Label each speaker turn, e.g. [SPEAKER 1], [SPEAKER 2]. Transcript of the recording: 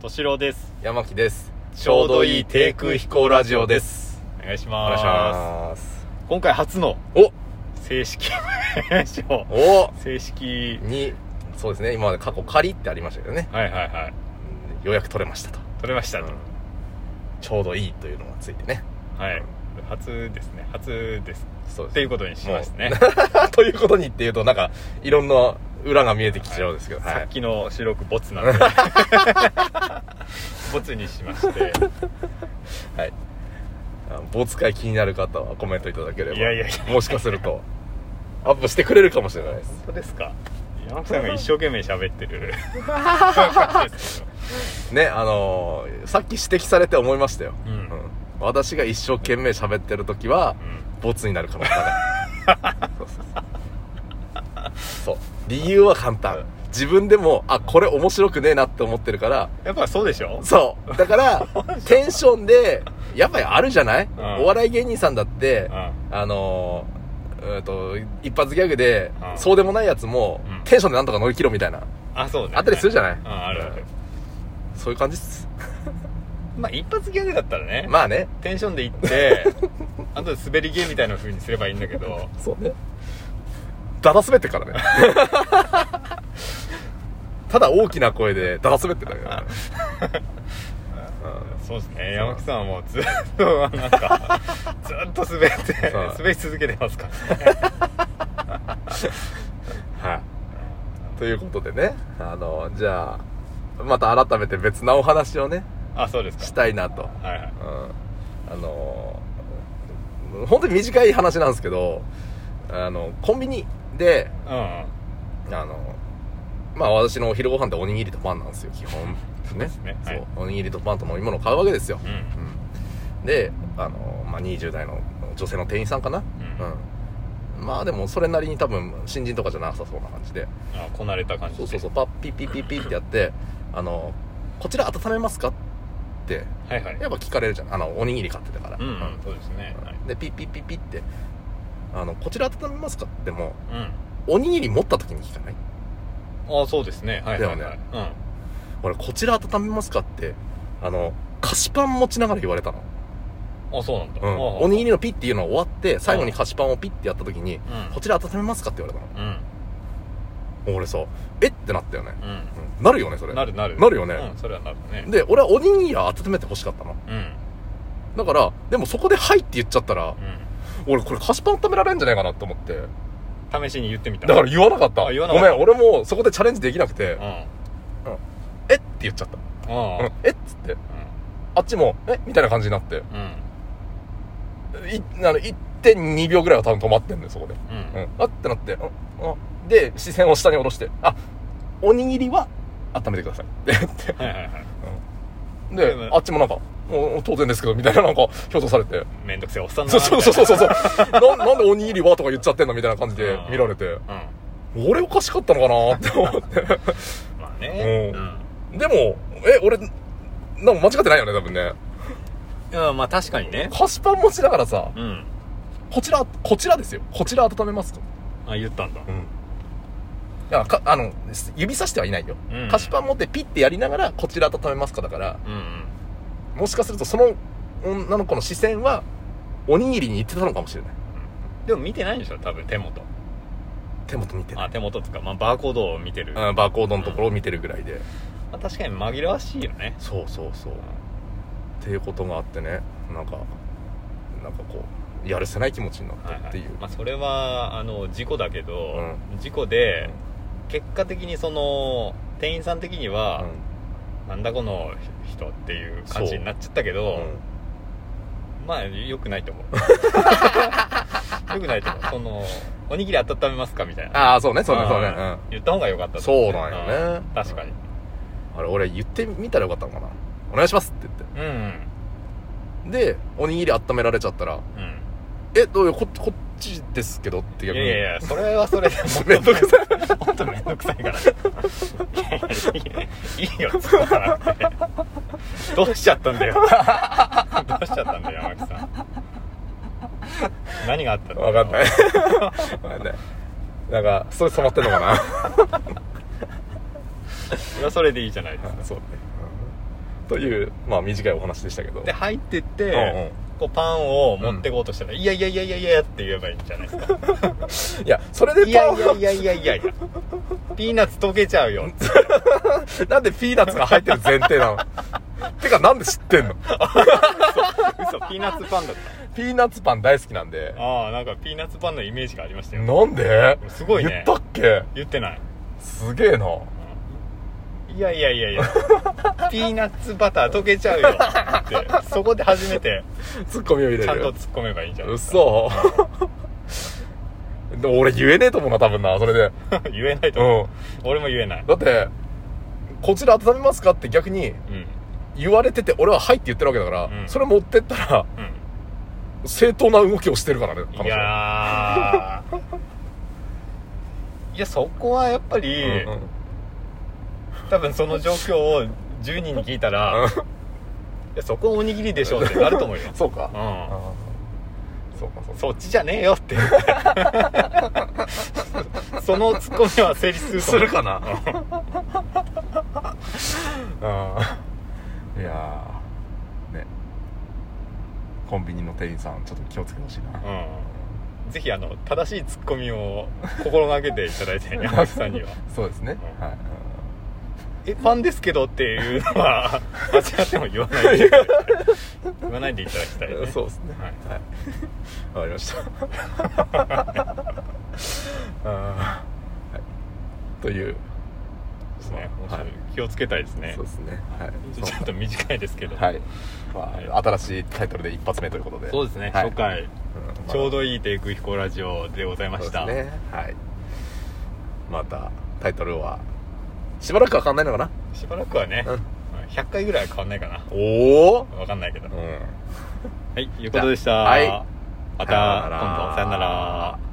[SPEAKER 1] 敏郎です
[SPEAKER 2] 山木ですちょうどいい低空飛行ラジオです
[SPEAKER 1] お願いし
[SPEAKER 2] お
[SPEAKER 1] ま
[SPEAKER 2] 願い
[SPEAKER 1] す
[SPEAKER 2] します
[SPEAKER 1] 今回初の
[SPEAKER 2] お
[SPEAKER 1] 正式ショー
[SPEAKER 2] お
[SPEAKER 1] 正式
[SPEAKER 2] にそうですね今まで過去仮ってありましたけどね
[SPEAKER 1] はいはいはい
[SPEAKER 2] うんようやく取れましたと、
[SPEAKER 1] 取れましたと、
[SPEAKER 2] うんちょうどいいというのがついてね
[SPEAKER 1] はい初ですね初です
[SPEAKER 2] そうです
[SPEAKER 1] っていうことにしますね、
[SPEAKER 2] もう ということにっていうとなんかいろんな裏が見えてきちゃうんですけど、は
[SPEAKER 1] さっ
[SPEAKER 2] い
[SPEAKER 1] きの収録ボツ なんでボツにしまして
[SPEAKER 2] はいあボツ会気になる方はコメントいただければ
[SPEAKER 1] いやいやい
[SPEAKER 2] もしかするとアップしてくれるかもしれないです
[SPEAKER 1] そうですか山木さんが一生懸命喋ってる感じですけど
[SPEAKER 2] ねあのーさっき指摘されて思いましたよ、
[SPEAKER 1] うん
[SPEAKER 2] 私が一生懸命喋ってる時は、
[SPEAKER 1] う
[SPEAKER 2] ボツになる可能性が あるそうそうそうそう理由は簡単自分でもあこれ面白くねえなって思ってるから
[SPEAKER 1] やっぱそうでしょ
[SPEAKER 2] そうだから テンションでやっぱりあるじゃない、
[SPEAKER 1] うん
[SPEAKER 2] お笑い芸人さんだって
[SPEAKER 1] うん、
[SPEAKER 2] あのーえーと一発ギャグで、
[SPEAKER 1] うん
[SPEAKER 2] そうでもないやつも、
[SPEAKER 1] うん
[SPEAKER 2] テンションでなんとか乗り切ろうみたいな
[SPEAKER 1] あそうね
[SPEAKER 2] あったりするじゃない
[SPEAKER 1] うんあるある
[SPEAKER 2] そういう感じっす
[SPEAKER 1] まあ一発ギャグだったらね
[SPEAKER 2] まあね
[SPEAKER 1] テンションで行って あとで滑り芸みたいな風にすればいいんだけど
[SPEAKER 2] そうね。だだ滑ってっからね。 ただ大きな声でだだ滑ってたけどね。
[SPEAKER 1] そうですね山木さんはもうずっとなん かずっと滑って
[SPEAKER 2] そう
[SPEAKER 1] 滑り続けてますからね
[SPEAKER 2] はい。ということでね、あの、じゃあ、また改めて別なお話をね、
[SPEAKER 1] あそうですか
[SPEAKER 2] したいなと。
[SPEAKER 1] はいはい
[SPEAKER 2] うん。あの、本当に短い話なんですけど、あの、コンビニで、
[SPEAKER 1] うんうん
[SPEAKER 2] あの、まあ私のお昼ご飯っておにぎりとパンなんですよ、基本。
[SPEAKER 1] そうですねはい
[SPEAKER 2] そう。おにぎりとパンと飲み物を買うわけですよ。
[SPEAKER 1] うん
[SPEAKER 2] うんであの、まあ、20代の女性の店員さんかな、うんまあでもそれなりに多分新人とかじゃなさそうな感じで
[SPEAKER 1] あこなれた感じで
[SPEAKER 2] そうそうそうパッピッピッピッピッってやって「あのこちら温めますか?」って
[SPEAKER 1] はいはい
[SPEAKER 2] やっぱ聞かれるじゃんあのおにぎり買ってたから、
[SPEAKER 1] うんう
[SPEAKER 2] うん
[SPEAKER 1] そうですねはい
[SPEAKER 2] んでピッピッピッピッってあの「こちら温めますか?」っても
[SPEAKER 1] うん
[SPEAKER 2] おにぎり持った時に聞かない
[SPEAKER 1] あそうですねはいはいはいうん
[SPEAKER 2] 俺「こちら温めますか?」ってあの菓子パン持ちながら言われたの、
[SPEAKER 1] あそうなんだ
[SPEAKER 2] うん、おにぎりのピッっていうの終わって最後に菓子パンをピッてやった時に
[SPEAKER 1] うん
[SPEAKER 2] こちら温めますかって言われたの。
[SPEAKER 1] うん
[SPEAKER 2] もう俺さ、えってなったよね。
[SPEAKER 1] う
[SPEAKER 2] うんなるよね、それ。
[SPEAKER 1] んなるなる
[SPEAKER 2] なるよね
[SPEAKER 1] うんそれはなるね
[SPEAKER 2] で、俺はおにぎりは温めて欲しかったの。
[SPEAKER 1] うん
[SPEAKER 2] だから、でもそこではいって言っちゃったら、
[SPEAKER 1] う
[SPEAKER 2] 俺これ菓子パン食べられるんじゃないかなと思って。
[SPEAKER 1] ん試しに言ってみた
[SPEAKER 2] だから言わなかった。
[SPEAKER 1] あ言わなかった
[SPEAKER 2] ごめん、俺もそこでチャレンジできなくて
[SPEAKER 1] う、ん
[SPEAKER 2] えって言っちゃった。
[SPEAKER 1] うん
[SPEAKER 2] う
[SPEAKER 1] うん
[SPEAKER 2] ん、えっつって、あっちも、えみたいな感じになって、
[SPEAKER 1] うん
[SPEAKER 2] い、あの、1.2秒ぐらいは多分止まってんだよ、そこで。
[SPEAKER 1] うん
[SPEAKER 2] うん、あってなって、うんうんで、視線を下に下ろして、あ、おにぎりは温めてください。って言って。
[SPEAKER 1] はいはいはい
[SPEAKER 2] で
[SPEAKER 1] でも、
[SPEAKER 2] あっちもなんか、お当然ですけど、みたいななんか、表彰されて。
[SPEAKER 1] めんどくせえおっさんだ
[SPEAKER 2] そう
[SPEAKER 1] な
[SPEAKER 2] そうそうそうそう。ななんでおにぎりはとか言っちゃってんのみたいな感じで見られて。
[SPEAKER 1] みたいな
[SPEAKER 2] 俺おかしかったのかなって思って。
[SPEAKER 1] うんまあね
[SPEAKER 2] う
[SPEAKER 1] うんん
[SPEAKER 2] でも、え、俺、なんも間違ってないよね、多分ね。
[SPEAKER 1] いやまあ確かにね
[SPEAKER 2] 菓子パン持ちながらさ、
[SPEAKER 1] うん
[SPEAKER 2] こちら、こちらですよ。こちら温めますか
[SPEAKER 1] あ言ったんだ
[SPEAKER 2] うん。いや、か、あの、指さしてはいないよ
[SPEAKER 1] うん。
[SPEAKER 2] 菓子パン持ってピッてやりながら、こちら温めますかだから、
[SPEAKER 1] うんうん
[SPEAKER 2] もしかするとその女の子の視線は、おにぎりに行ってたのかもしれない。
[SPEAKER 1] でも見てないんでしょ多分手元
[SPEAKER 2] 手元見てない
[SPEAKER 1] あ手元っつうかまあバーコードを見てるま
[SPEAKER 2] うんバーコードのところを見てるぐらいで
[SPEAKER 1] あ確かに紛らわしいよね
[SPEAKER 2] そうそうそうっていうことがあってねなんかなんかこうやるせない気持ちになっ
[SPEAKER 1] は
[SPEAKER 2] た
[SPEAKER 1] は
[SPEAKER 2] っていう、
[SPEAKER 1] まあそれはあの事故だけど事故
[SPEAKER 2] う
[SPEAKER 1] で
[SPEAKER 2] ん
[SPEAKER 1] 結果的にその店員さん的にはなんだこの人っていう感じになっちゃったけ
[SPEAKER 2] うん
[SPEAKER 1] ど
[SPEAKER 2] うん
[SPEAKER 1] まあ良くない と思う良くないと思うそのおにぎり温めますかみたいな
[SPEAKER 2] ああそうねそうねそうね、
[SPEAKER 1] ん言った方が良かったと
[SPEAKER 2] そうなんよね
[SPEAKER 1] うん確かに
[SPEAKER 2] うん、あれ俺言ってみたらよかったのかなお願いしますって
[SPEAKER 1] うん
[SPEAKER 2] 言ってでおにぎり温められちゃったら
[SPEAKER 1] うんうん
[SPEAKER 2] えどうよここっちですけどって
[SPEAKER 1] い
[SPEAKER 2] 逆
[SPEAKER 1] や
[SPEAKER 2] に
[SPEAKER 1] いやいやそれはそれで
[SPEAKER 2] めんどくさい
[SPEAKER 1] 本当めんどくさいからいやいやいいよつったからってどうしちゃったんだよどうしちゃったんだよ山木さん何があったんだ
[SPEAKER 2] 分かんないい分かんないなんかそれ染まってんのかな
[SPEAKER 1] それはそれでいいじゃないですか
[SPEAKER 2] そうね、という、まあ短いお話でしたけど。
[SPEAKER 1] で入ってっ
[SPEAKER 2] う
[SPEAKER 1] て、
[SPEAKER 2] んうん
[SPEAKER 1] こうパンを持ってこうとしたら「いやいやいやいやいや」って言えばいいんじゃないですか
[SPEAKER 2] いや、それ
[SPEAKER 1] 「い
[SPEAKER 2] でパ
[SPEAKER 1] や
[SPEAKER 2] ン
[SPEAKER 1] いやいやいやいやいやピーナッツ溶けちゃうよ」
[SPEAKER 2] なんでピーナッツが入ってる前提 なのてか、なんで知ってんの
[SPEAKER 1] 嘘ピーナッツパンだっ
[SPEAKER 2] ピーナッツパン大好きなんで
[SPEAKER 1] た。ああなんかピーナッツパンのイメージがありましたよ
[SPEAKER 2] なんです
[SPEAKER 1] ごいね
[SPEAKER 2] 言ったっけ
[SPEAKER 1] 言ってない
[SPEAKER 2] すげえな。
[SPEAKER 1] いやいやい やいやピーナッツバター溶けちゃうよってそこで初めて
[SPEAKER 2] ツッコミを入れる。
[SPEAKER 1] ちゃんと突っ込めばいいんじゃないですか
[SPEAKER 2] 嘘でも俺言えねえと思うな、多分な、それで。
[SPEAKER 1] 言えないと思う、
[SPEAKER 2] う
[SPEAKER 1] 俺も言えない
[SPEAKER 2] ん。だって、こちら温めますかって逆に
[SPEAKER 1] うん
[SPEAKER 2] 言われてて、俺ははいって言ってるわけだから、
[SPEAKER 1] うん
[SPEAKER 2] それ持ってったら、
[SPEAKER 1] う
[SPEAKER 2] 正当な動きをしてるからね、彼
[SPEAKER 1] んい
[SPEAKER 2] 女は
[SPEAKER 1] や ーいやそこはやっぱり、
[SPEAKER 2] うんうん
[SPEAKER 1] 多分その状況を10人に聞いたら、いやそこおにぎりでしょってなると 思うよ、
[SPEAKER 2] そうか。
[SPEAKER 1] うん
[SPEAKER 2] あーそうか、そうか。
[SPEAKER 1] そっちじゃねえよって そのツッコミは成立すると思う
[SPEAKER 2] か ないやーねコンビニの店員さんちょっと気をつけてほしいな、
[SPEAKER 1] うんぜひあの正しいツッコミを心がけていただい て山口さんには
[SPEAKER 2] そうですね、
[SPEAKER 1] うん
[SPEAKER 2] はい
[SPEAKER 1] 「えパンですけど」っていうのは間違っても言わないで言わないでいただきたいね
[SPEAKER 2] そうですね
[SPEAKER 1] はい
[SPEAKER 2] はいわかりましたあーはいという
[SPEAKER 1] ですね
[SPEAKER 2] まあはい
[SPEAKER 1] 気をつけたいですね
[SPEAKER 2] そうですねはい
[SPEAKER 1] ちょっと短いですけど、
[SPEAKER 2] はい、まあ、新しいタイトルで一発目ということで
[SPEAKER 1] そうですね、
[SPEAKER 2] はい
[SPEAKER 1] 初回
[SPEAKER 2] うんまあ
[SPEAKER 1] ちょうどいいテイク飛行ラジオでございました、
[SPEAKER 2] そうですねはいまたタイトルはしばらくは変わんないのかな
[SPEAKER 1] しばらくはね、100回ぐらいは変わんないかな
[SPEAKER 2] おお
[SPEAKER 1] わかんないけど
[SPEAKER 2] うん
[SPEAKER 1] はいいうことでした
[SPEAKER 2] はい
[SPEAKER 1] また
[SPEAKER 2] さよなら
[SPEAKER 1] 今度さよなら